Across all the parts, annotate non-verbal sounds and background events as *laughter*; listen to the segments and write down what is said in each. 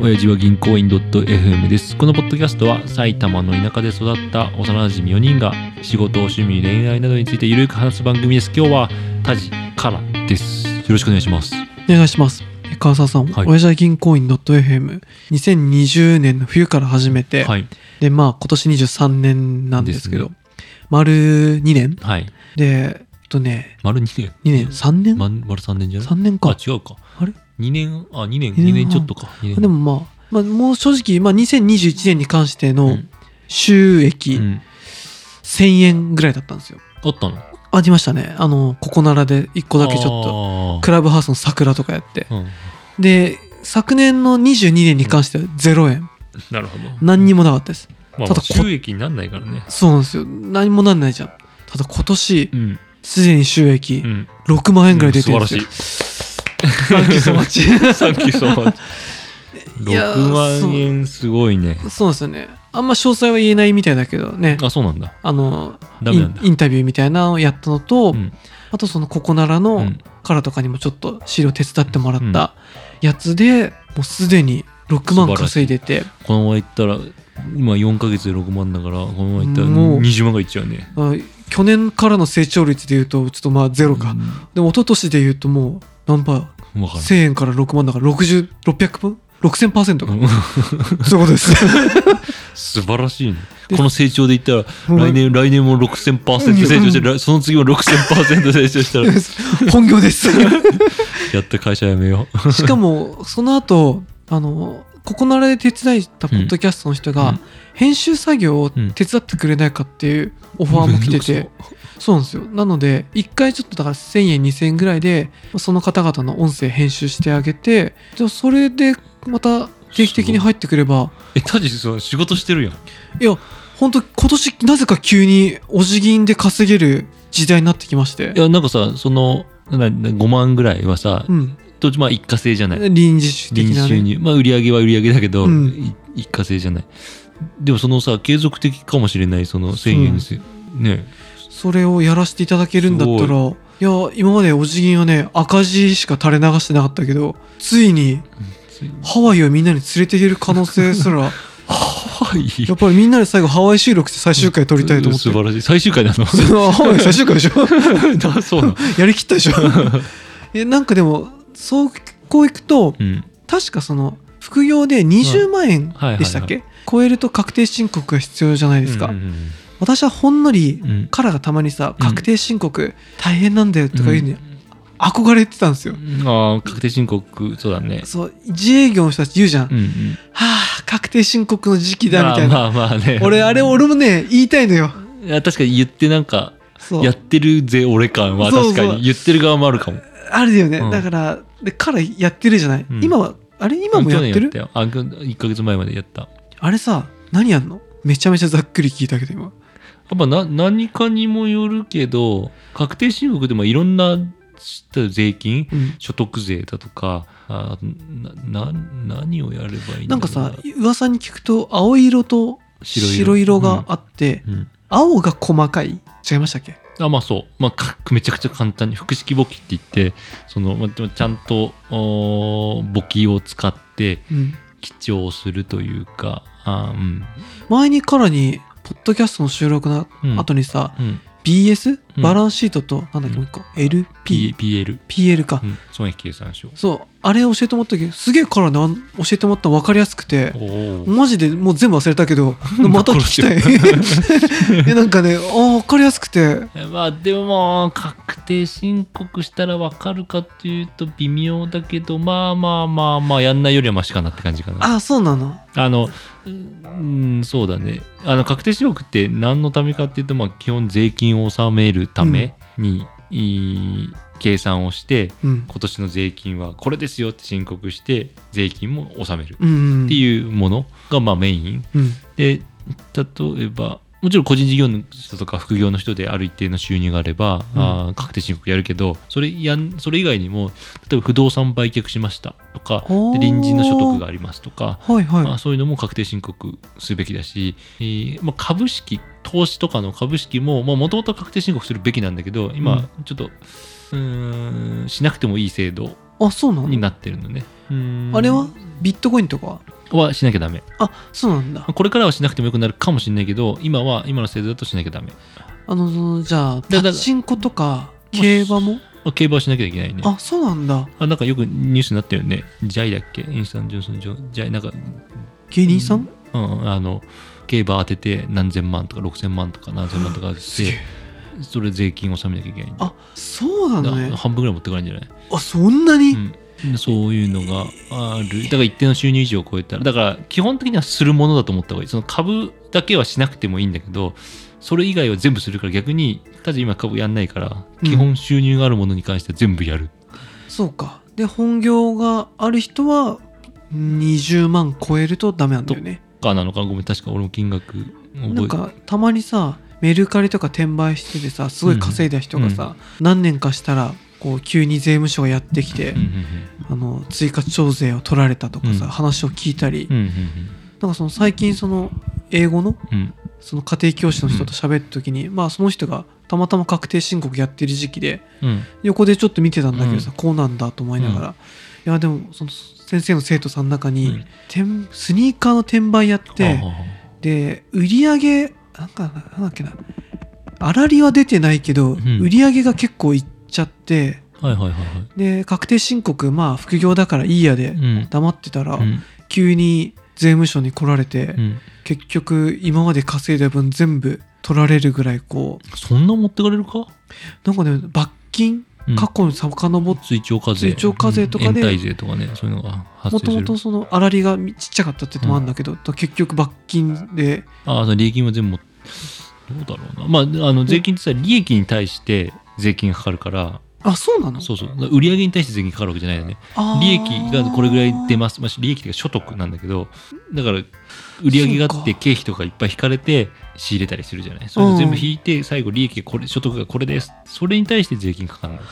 親父は銀行員 .fm です。このポッドキャストは埼玉の田舎で育った幼馴染4人が仕事、趣味、恋愛などについてゆるく話す番組です。今日はタジからです。よろしくお願いします。お願いします。え川沢さん、はい親父は銀行員 .fm、2020年の冬から始めて、はい。で、まあ今年23年なんですけど、です丸2年はい。で、えっとね、丸2 2年、3年、年。ま丸3年じゃない3年か。あ、違うか。あれ2年、あ、2年、二年2半年ちょっとか。二年でもまあ、まあ、もう正直、まあ2021年に関してうのん収益うん1000円ぐらいだったんですよ。あったのありましたね。あの、ここならで1個だけちょっと、ょクラブハウスの桜とかやって。と。うん。で、昨年の22年に関しては0円。なるほど。何にもなかったです。まあただこ収益になんないからね。そうなんですよ。何もなんないじゃん。ただ今年う、ん。すでに収益うん。 6万円ぐらい出てるんですよ。うん素晴らしい。サ *laughs* ンキューソマチ。サンキューソーマチ。いやー6万円すごいね。そうなんですよね。あんま詳細は言えないみたいだけどね。あ、そうなんだ。あのダイメなんンだ、インタビューみたいなのをやったのと、うんあとそのここならうのんカラとかにもちょっと資料手伝ってもらうっんたやつで、もうすでに6万稼いでて、このままいったら、今4ヶ月で6万だから、このままいったらもう20万がいっちゃうね。あ去年からの成長率で言うと、ちょっとまあゼロか。でも一昨年で言うともう何パーうん。わか1000円から6万だから60、600分 ?6000% らかん。う。んそういうことです。 *laughs* 素晴らしいね。でこの成長でいったら、来年、来年も6000%成長して、来その次も6000%成長したら、本 *laughs* 業です。やった会社辞めよう。しかも、その後、あの、ここならで手伝いたポッドキャストの人うがん、編集作業を手伝ってくれないかっていうオファーも来てめんてど、 *laughs* そうなんですよ。なので、一回ちょっとだから1000円、2000円ぐらいで、その方々の音声編集してあげて、じゃあそれでまた定期的に入ってくれば、 *laughs* え、タジ、その仕事してるやん。いや、本当今年なぜか急にお辞儀で稼げる時代になってきましてい。や、なんかさ、その、なな5万ぐらいはさう、ん。どっちまあ一過性じゃない。臨時収的臨な、時ね。収入、まあ売り上げは売り上げだけど、うんい一過性じゃないでもそのさ継続的かもしれないその1000円ですよ、ねそれをやらせていただけるんだったすらいや今までお辞儀はね赤字しか垂れ流してなかったけどついにハワイをみんなに連れていける可能性す *laughs* らハワイ *laughs* やっぱりみんなで最後ハワイ収録して最終回撮りたいと思って素晴らしい最終回なのそうハワイ最終回でしょ *laughs* だ *laughs* そうなのやりきった *laughs* でしょえなんかでもそうこういくとうん確かその副業で20万円はいはいでしたっけ、超えると確定申告が必要じゃないですか、うんうん私はほんのりうんうんカラがたまにさうん確定申告大変なんだよとか言うのに憧れてたんですよ、うんああ確定申告そうだねそう自営業の人たち言うじゃん、うんうんはあ確定申告の時期だみたいな、まあまあまあね俺あれ俺もね言いたいのよいや確かに言ってなんかそうやってるぜ俺感はそうそ確うかに言ってる側もあるかもあれだよね、うんだからでカラやってるじゃない、うん今はあれ今もやって去年るったよあ1か月前までやったあれさ何やんのめちゃめちゃざっくり聞いたけど今やっぱな何かにもよるけど確定申告でもいろんな知った税金うん所得税だとかあなな何をやればいいんだろうなんかさ噂に聞くと青色と白色白色があって、うんうん青が細かい違いましたっけあまあそう、まあ、かめちゃくちゃ簡単に複式簿記って言ってその、まあ、でもちゃんとおー簿記を使ってうん記帳するというかあうん前にカラにポッドキャストの収録のうん後にさ、うん BS うんバランスシートと、なんだっけもう一個 P LPPL PL、か、うん、損益計算書そうあれ教えてもらったけどすげえカラなん教えてもらったの分かりやすくておおマジでもう全部忘れた *laughs* けどまた聞きたい *laughs* えなんかねあー分かりやすくてまあでも確定申告したらわかるかっていうと微妙だけどまあまあまあまあやんないよりはマシかなって感じかなあああそうなののうんそうだねあの確定申告って何のためかっていうとまあ基本税金を納めるために、いい計算をしてうん今年の税金はこれですよって申告して税金も納めるっうんうんていうものがまあメインうんで例えばもちろん個人事業の人とか副業の人である一定の収入があれば、うんあー確定申告やるけどそれやんそれ以外にも例えば不動産売却しましたとかおーで隣人の所得がありますとか、はいはい、まあ、そういうのも確定申告すべきだし、えーまあ、株式投資とかの株式ももともと確定申告するべきなんだけど今ちょっと、うーんしなくてもいい制度あそうなにのなってるのね。うんあれはビットコインとかははしなきゃダメ。あそうなんだこれからはしなくてもよくなるかもしれないけど、今は、今の制度だとしなきゃダメ。あのそのじゃあだパチンコとか競馬もまあ競馬はしなきゃいけないね。あそうなんだあなんかよくニュースになったよね。ジャイだっけインスタントジョンソンジョンジャイ、なんか、芸人さん、うん、あの、競馬当てて何千万とか6千万とか何千万とかあって、すげえそれ税金を納めなきゃいけないんだあそうなのねだ半分ぐらい持ってかないんじゃないあそんなに、うん、そういうのがあるだから一定の収入以上を超えたらだから基本的にはするものだと思った方がいいその株だけはしなくてもいいんだけどそれ以外は全部するから逆にただ今株やんないからうん基本収入があるものに関しては全部やる、そうかで本業がある人は20万超えるとダメなんだよねかなのかごめん確か俺も金額覚えなんかたまにさメルカリとか転売しててさすごい稼いだ人うがんさ、何年かしたらこう急に税務署がやってきて、うんあの追加徴税を取られたとかさ、うん話を聞いたり、うんうんうんなんかその最近その英語のうんうんその家庭教師の人と喋った時に、まあその人がたまたま確定申告やってる時期でうん横でちょっと見てたんだけどさ、うこうなんだと思いながら、ういやでもその先生の生徒さんの中うにん、転スニーカーの転売やって、はあはあはで売り上げなんかなんだっけなあらりは出てないけど、ん売り上げが結構いっちゃってあはいはいはいはいで確定申告まあ副業だからいいやでうん黙ってたら、うん急に税務署に来られて、うん結局今まで稼いだ分全部取られるぐらいこうそんな持ってかれるか、なんかね罰金うん、過去に遡って追徴課税追徴課税とかでうん延滞税とかねそういうのが発生もすとるもとそのあらりがちっちゃかったってのもあるんだけど、と結局罰金でああ、その利益も全部も、どうだろうな。まあ、あの税金ってさ、利益に対して税金がかかるから、あそうなのそうそう、売り上げに対して税金かかるわけじゃないよね。利益がこれぐらい出まます、まあ、利益というか所得なんだけど、だから、売り上げがあそうっかて経費とかいっぱい引かれて仕入れたりするじゃない。それを全部引いて、最後利益がこれ、所得がこれです。それに対して税金かからない。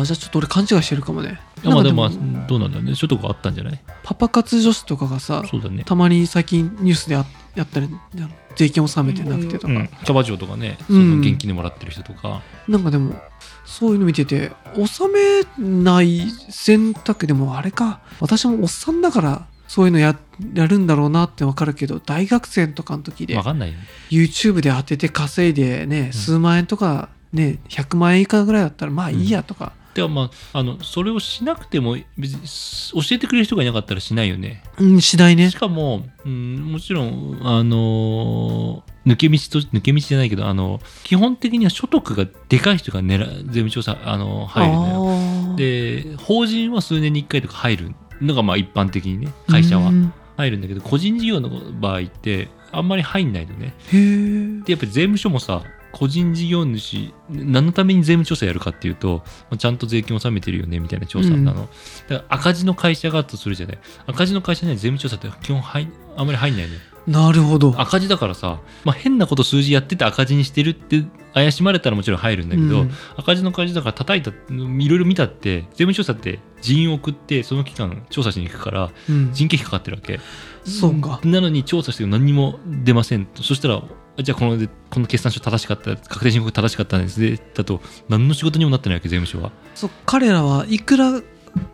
あじゃあちょっと俺勘違いしてるかもねあまあ、でも、なまんかあどうなんだろうね。所得があったんじゃないパパ活女子とかがさそうだね。たまに最近ニュースであやったり税金納めてなくてとか、うん、キャバ嬢とかね、そうんの現金でもらってる人とか、なんかでもそういうの見てて納めない選択でもあれか私もおっさんだからそういうのややるんだろうなってわかるけど大学生とかの時でわかんないよね。 YouTube で当てて稼いでね、数万円とかね100万円以下ぐらいだったらまあいいやとか、ではまあ、あのそれをしなくても別にす教えてくれる人がいなかったらしないよね。うん、次第ねしかも、うん、もちろん、あのー抜け道と抜け道じゃないけど、あの基本的には所得がでかい人が狙う税務調査、あの入るのよ。あーで法人は数年に1回とか入るのがまあ一般的にね会社はうん入るんだけど個人事業の場合ってあんまり入んないのね。へえでやっぱり税務署もさ個人事業主何のために税務調査やるかっていうとまあちゃんと税金納めてるよねみたいな調査なの、だから赤字の会社があったとするじゃない赤字の会社には税務調査って基本入んあんまり入んないのよなるほど赤字だからさ、まあ、変なこと数字やってて赤字にしてるって怪しまれたらもちろん入るんだけど、うん赤字の会社だから叩いたいろいろ見たって税務調査って人員を送ってその期間調査しに行くからうん人件費かかってるわけそうかなのに調査しても何にも出ませんとそしたらじゃあこのこの決算書正しかった確定申告正しかったんですねだと何の仕事にもなってないわけ税務署はそう彼らはいくら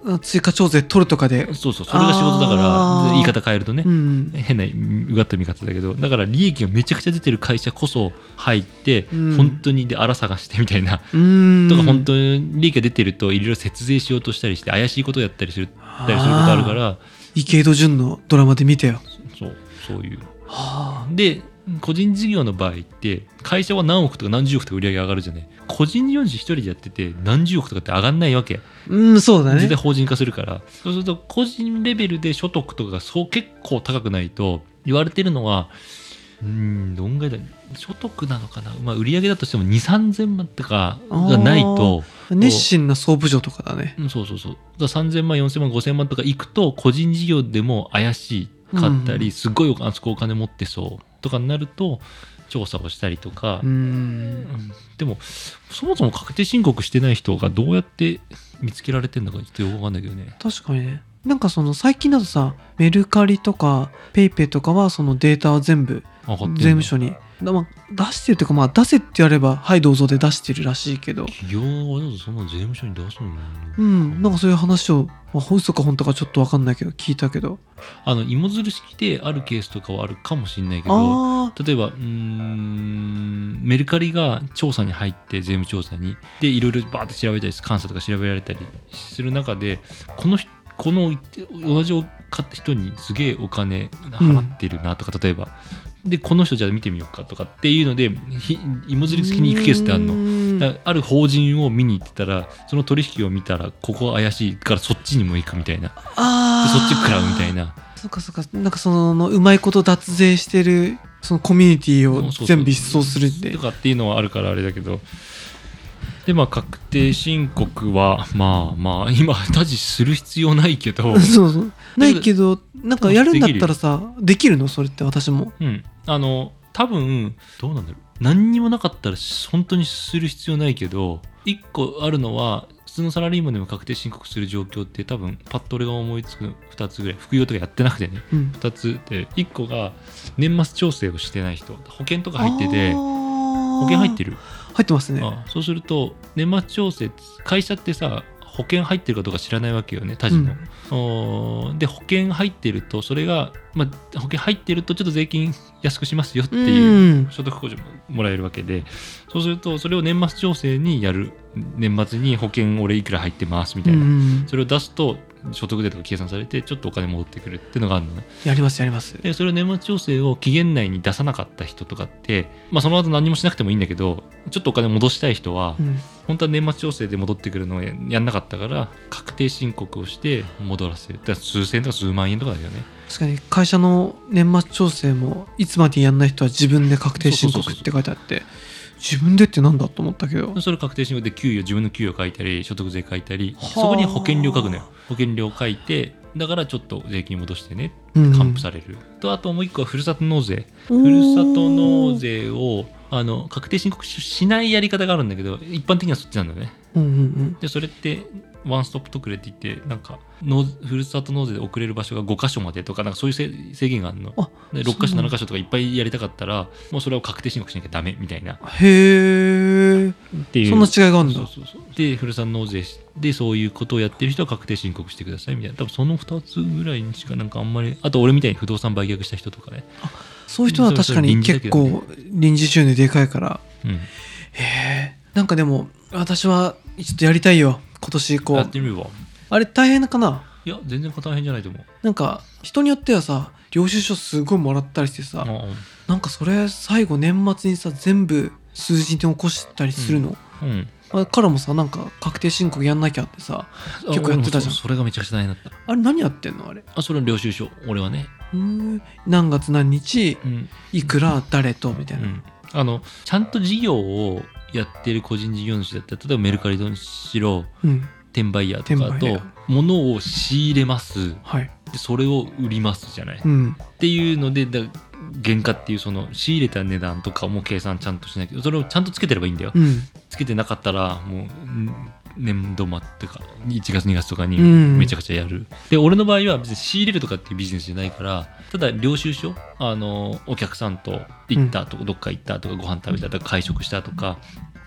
あ追加徴税取るとかで、そうそうそれが仕事だあからー言い方変えるとね、うん、変なうがった見方だけどだから利益がめちゃくちゃ出てる会社こそ入って、うん本当にで荒探してみたいな、うんとか本当に利益が出てるといろいろ節税しようとしたりして怪しいことをやったりするたりすることあるから池井戸潤のドラマで見てよ、そうそういうはで個人事業の場合って会社は何億とか何十億とか売り上げ上がるじゃない個人事業主一人でやってて何十億とかって上がんないわけあ、うんそうだ絶ね対法人化するからそうすると個人レベルで所得とかがそう結構高くないと言われてるのはうーんどんぐらいだ所得なのかな、まあ、売り上げだとしても2 3千万とかがないと熱心な総部長とかだねうんそうそうそうだから3000万4000万5000万とかいくと個人事業でも怪しかったり、うんすごいおあそこお金持ってそうとかになると調査をしたりとか、うんうんでもそもそも確定申告してない人がどうやって見つけられてるのかちょっとよくわかんないけどね確かにねなんかその最近だとさメルカリとかペイペイとかはそのデータを全部分かってん税の務署にだまあ、出してるというか、まあ、出せって言われば、はい、どうぞで出してるらしいけど、企業がわざわざそんな税務署に出すのうん、なんかそういう話を、まあ、嘘か本当かちょっと分かんないけど、聞いたけど、あの芋づる式であるケースとかはあるかもしれないけどあ例えばうーんメルカリが調査に入って税務調査にでいろいろバーって調べたり監査とか調べられたりする中でこの人この同じを買った人にすげえお金払ってるなとか、例えばでこの人じゃあ見てみようかとかっていうのでひ芋ー、づる式に行くケースってあるの。のだからある法人を見に行ってたらその取引を見たらここ怪しいからそっちにも行くみたいなであーそっち食らうみたい。なそうかそうか、なんかその、うまいこと脱税してる、そのコミュニティを全部一掃するってと。かっていうのはあるからあれだけどでまあ確定申告はまあまあ今タジする必要ないけ *laughs* どそうそう。ないけど、なんかやるんだったらさ、できるのそれって私も。うんあの多分どうなんだろう何にもなかったら本当にする必要ないけど一個あるのは普通のサラリーマンでも確定申告する状況って多分パッと俺が思いつくの2つぐらい副業とかやってなくてねうん。 2つで1個が年末調整をしてない人保険とか入ってて保保険入ってる入ってますね。あそうすると年末調整会社ってさ保険入ってるかどうか知らないわけよね他人の、おーで保険入ってるとそれが、まあ、保険入ってるとちょっと税金安くしますよっていううん。所得控除ももらえるわけでそうするとそれを年末調整にやる年末に保険俺いくら入ってますみたいな、うんそれを出すと所得税とか計算されてちょっとお金戻ってくるっていうのがあるのねやりますやります。でそれを年末調整を期限内に出さなかった人とかって、まあ、その後何もしなくてもいいんだけどちょっとお金戻したい人は、うん本当は年末調整で戻ってくるのをややんなかったから確定申告をして戻らせるだから数千円とか数万円とかだよね確かに会社の年末調整もいつまでやんない人は自分で確定申告って書いてあって自分でってなんだと思ったけどそれ確定申告で給与自分の給与書いたり所得税書いたりはあそこに保険料書くのよ保険料書いてだからちょっと税金戻してねうん還付される、とあともう一個はふるさと納税ふふるさと納税をあの確定申告しないやり方があるんだけど一般的にはそっちなんだよねうんうんうんでそれってワンストップ特例って言ってなんかのふるさと納税で送れる場所が5箇所までとかなんかそういうせ制限があるのあでそう6箇所7箇所とかいっぱいやりたかったらもうそれを確定申告しなきゃダメみたいなっへえていうそんな違いがあるんそうだそうそうでふるさと納税でそういうことをやってる人は確定申告してくださいみたいな多分その2つぐらいにしかなんかあんまりあと俺みたいに不動産売却した人とかねそういう人は確かに結そう構臨時収入でかいからうんへえなんかでも私はちょっとやりたいよ今年こやうってみればあれ大変かないや全然大変じゃないと思うなんか人によってはさ領収書すごいもらったりしてさ、あなんかそれ最後年末にさ全部数字に起こしたりするの、うんあれからもさなんか確定申告やんなきゃってさ結構やってたじあ俺もそゃんうそれがめちゃくちゃ大変だったあれ何やってんのあれあそれは領収書俺はねうーん何月何日うんいくら誰とみたいうな、ん、あのちゃんと事業をやってる個人事業主だったら例えばメルカリにしろうん、転売ヤーとかだ転売とヤー物を仕入れますはいでそれを売りますじゃない、うっんていうのでだ原価っていうその仕入れた値段とかも計算ちゃんとしないけどそれをちゃんとつけてればいいんだよ、うんつけてなかったらもうん年度末っていうか1月2月とかにうんめちゃくちゃやる、で俺の場合は別に仕入れるとかっていうビジネスじゃないからただ領収書あのお客さんと行ったとか、どっか行ったとかご飯食べたとか会食したとか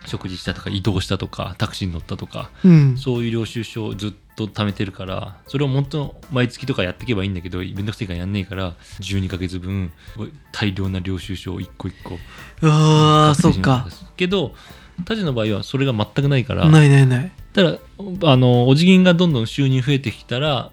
食事したとか移動したとかタクシーに乗ったとかうんそういう領収書をずっと貯めてるからそれを本当毎月とかやっていけばいいんだけどめんどくせえからやんねえから12ヶ月分大量な領収書を一個一個うわーそ確定っ申告かですけどタジの場合はそれが全くないからないないないただあのお辞儀がどんどん収入増えてきたら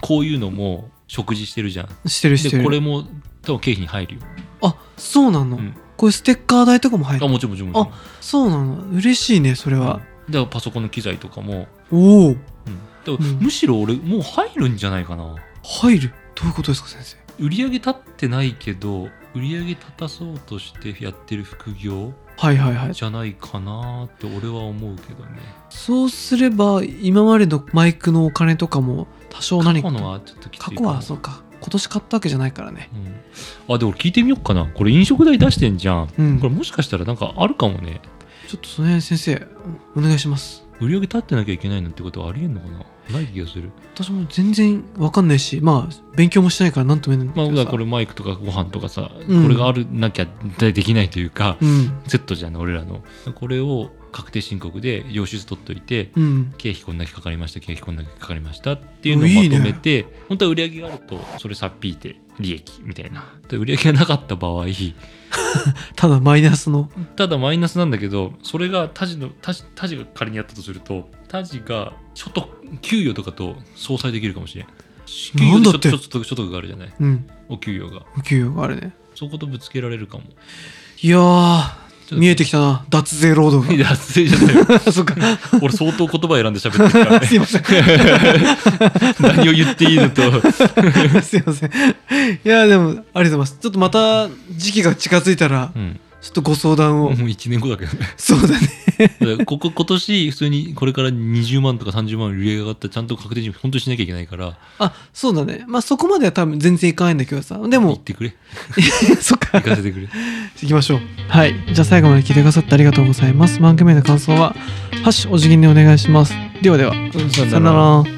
こういうのも食事してるじゃんしてるしてでるこれも多分経費に入るよ、あそうなの、うんこういうステッカー代とかも入あるもちろんもちろんもちそうなの嬉しいねそれろんは、うんだからパソコンの機材とかも、おおうんだからうんむしろ俺もう入るんじゃないかな入るどういうことですか先生売り上げ立ってないけど売り上げ立たそうとしてやってる副業はいはいはいじゃないかなって俺は思うけどねそうすれば今までのマイクのお金とかも多少過何か去のはちょっときついか過も去はそうか今年買ったわけじゃないからねうん、あでも俺聞いてみようかなこれ飲食代出してんじゃんうんこれもしかしたらなんかあるかもねちょっとその辺先生おお願いします売り上げ立ってなきゃいけないなんてことはありえんのかなない気がする私も全然わかんないしまあ勉強もしてないからなんとも言えないんだまあだかけどさらこれマイクとかご飯とかさ、うんこれがあるなきゃできないというか、うんセットじゃん俺らのこれを確定申告で領収書取っといて、うん経費こんだけかかりました経費こんだけかかりましたっていうのをうまんいいねとめて本当は売り上げがあるとそれさっぴいて利益みたいなで売り上げがなかった場合ただマイナスのただマイナスなんだけどそれが他事の他事他事が仮にやったとすると他事が所得給与とかと相殺できるかもしれん給なんだ与とって所所得所得があるじゃないうんお給与がお給与があるねそことぶつけられるかもいやーちょっと見えてきたな脱税労働いや脱税じゃない *laughs* よ *laughs* がそっか俺相当言葉選んで喋ってるから *laughs* ねすいません何を言っていいのとすいません。いや、でも、ありがとうございます。ちょっとまた、時期が近づいたらう、んちょっとご相談もをう。1年後だけどねそうだね。だからここ今年普通にこれから20万とか30万売り上げが上がったらちゃんと確定に本当にしなきゃいけないからあ、そうだね。まあ、そこまでは多分全然いかないんだけどさ。で行もっ、てくれ *laughs* そっか行。かせてくれ行きましょう。はい。じゃあ最後まで聞いてくださってありがとうございます。番組への感想は、ハッシュお辞儀にお願いします。ではでは、さよさなよならら。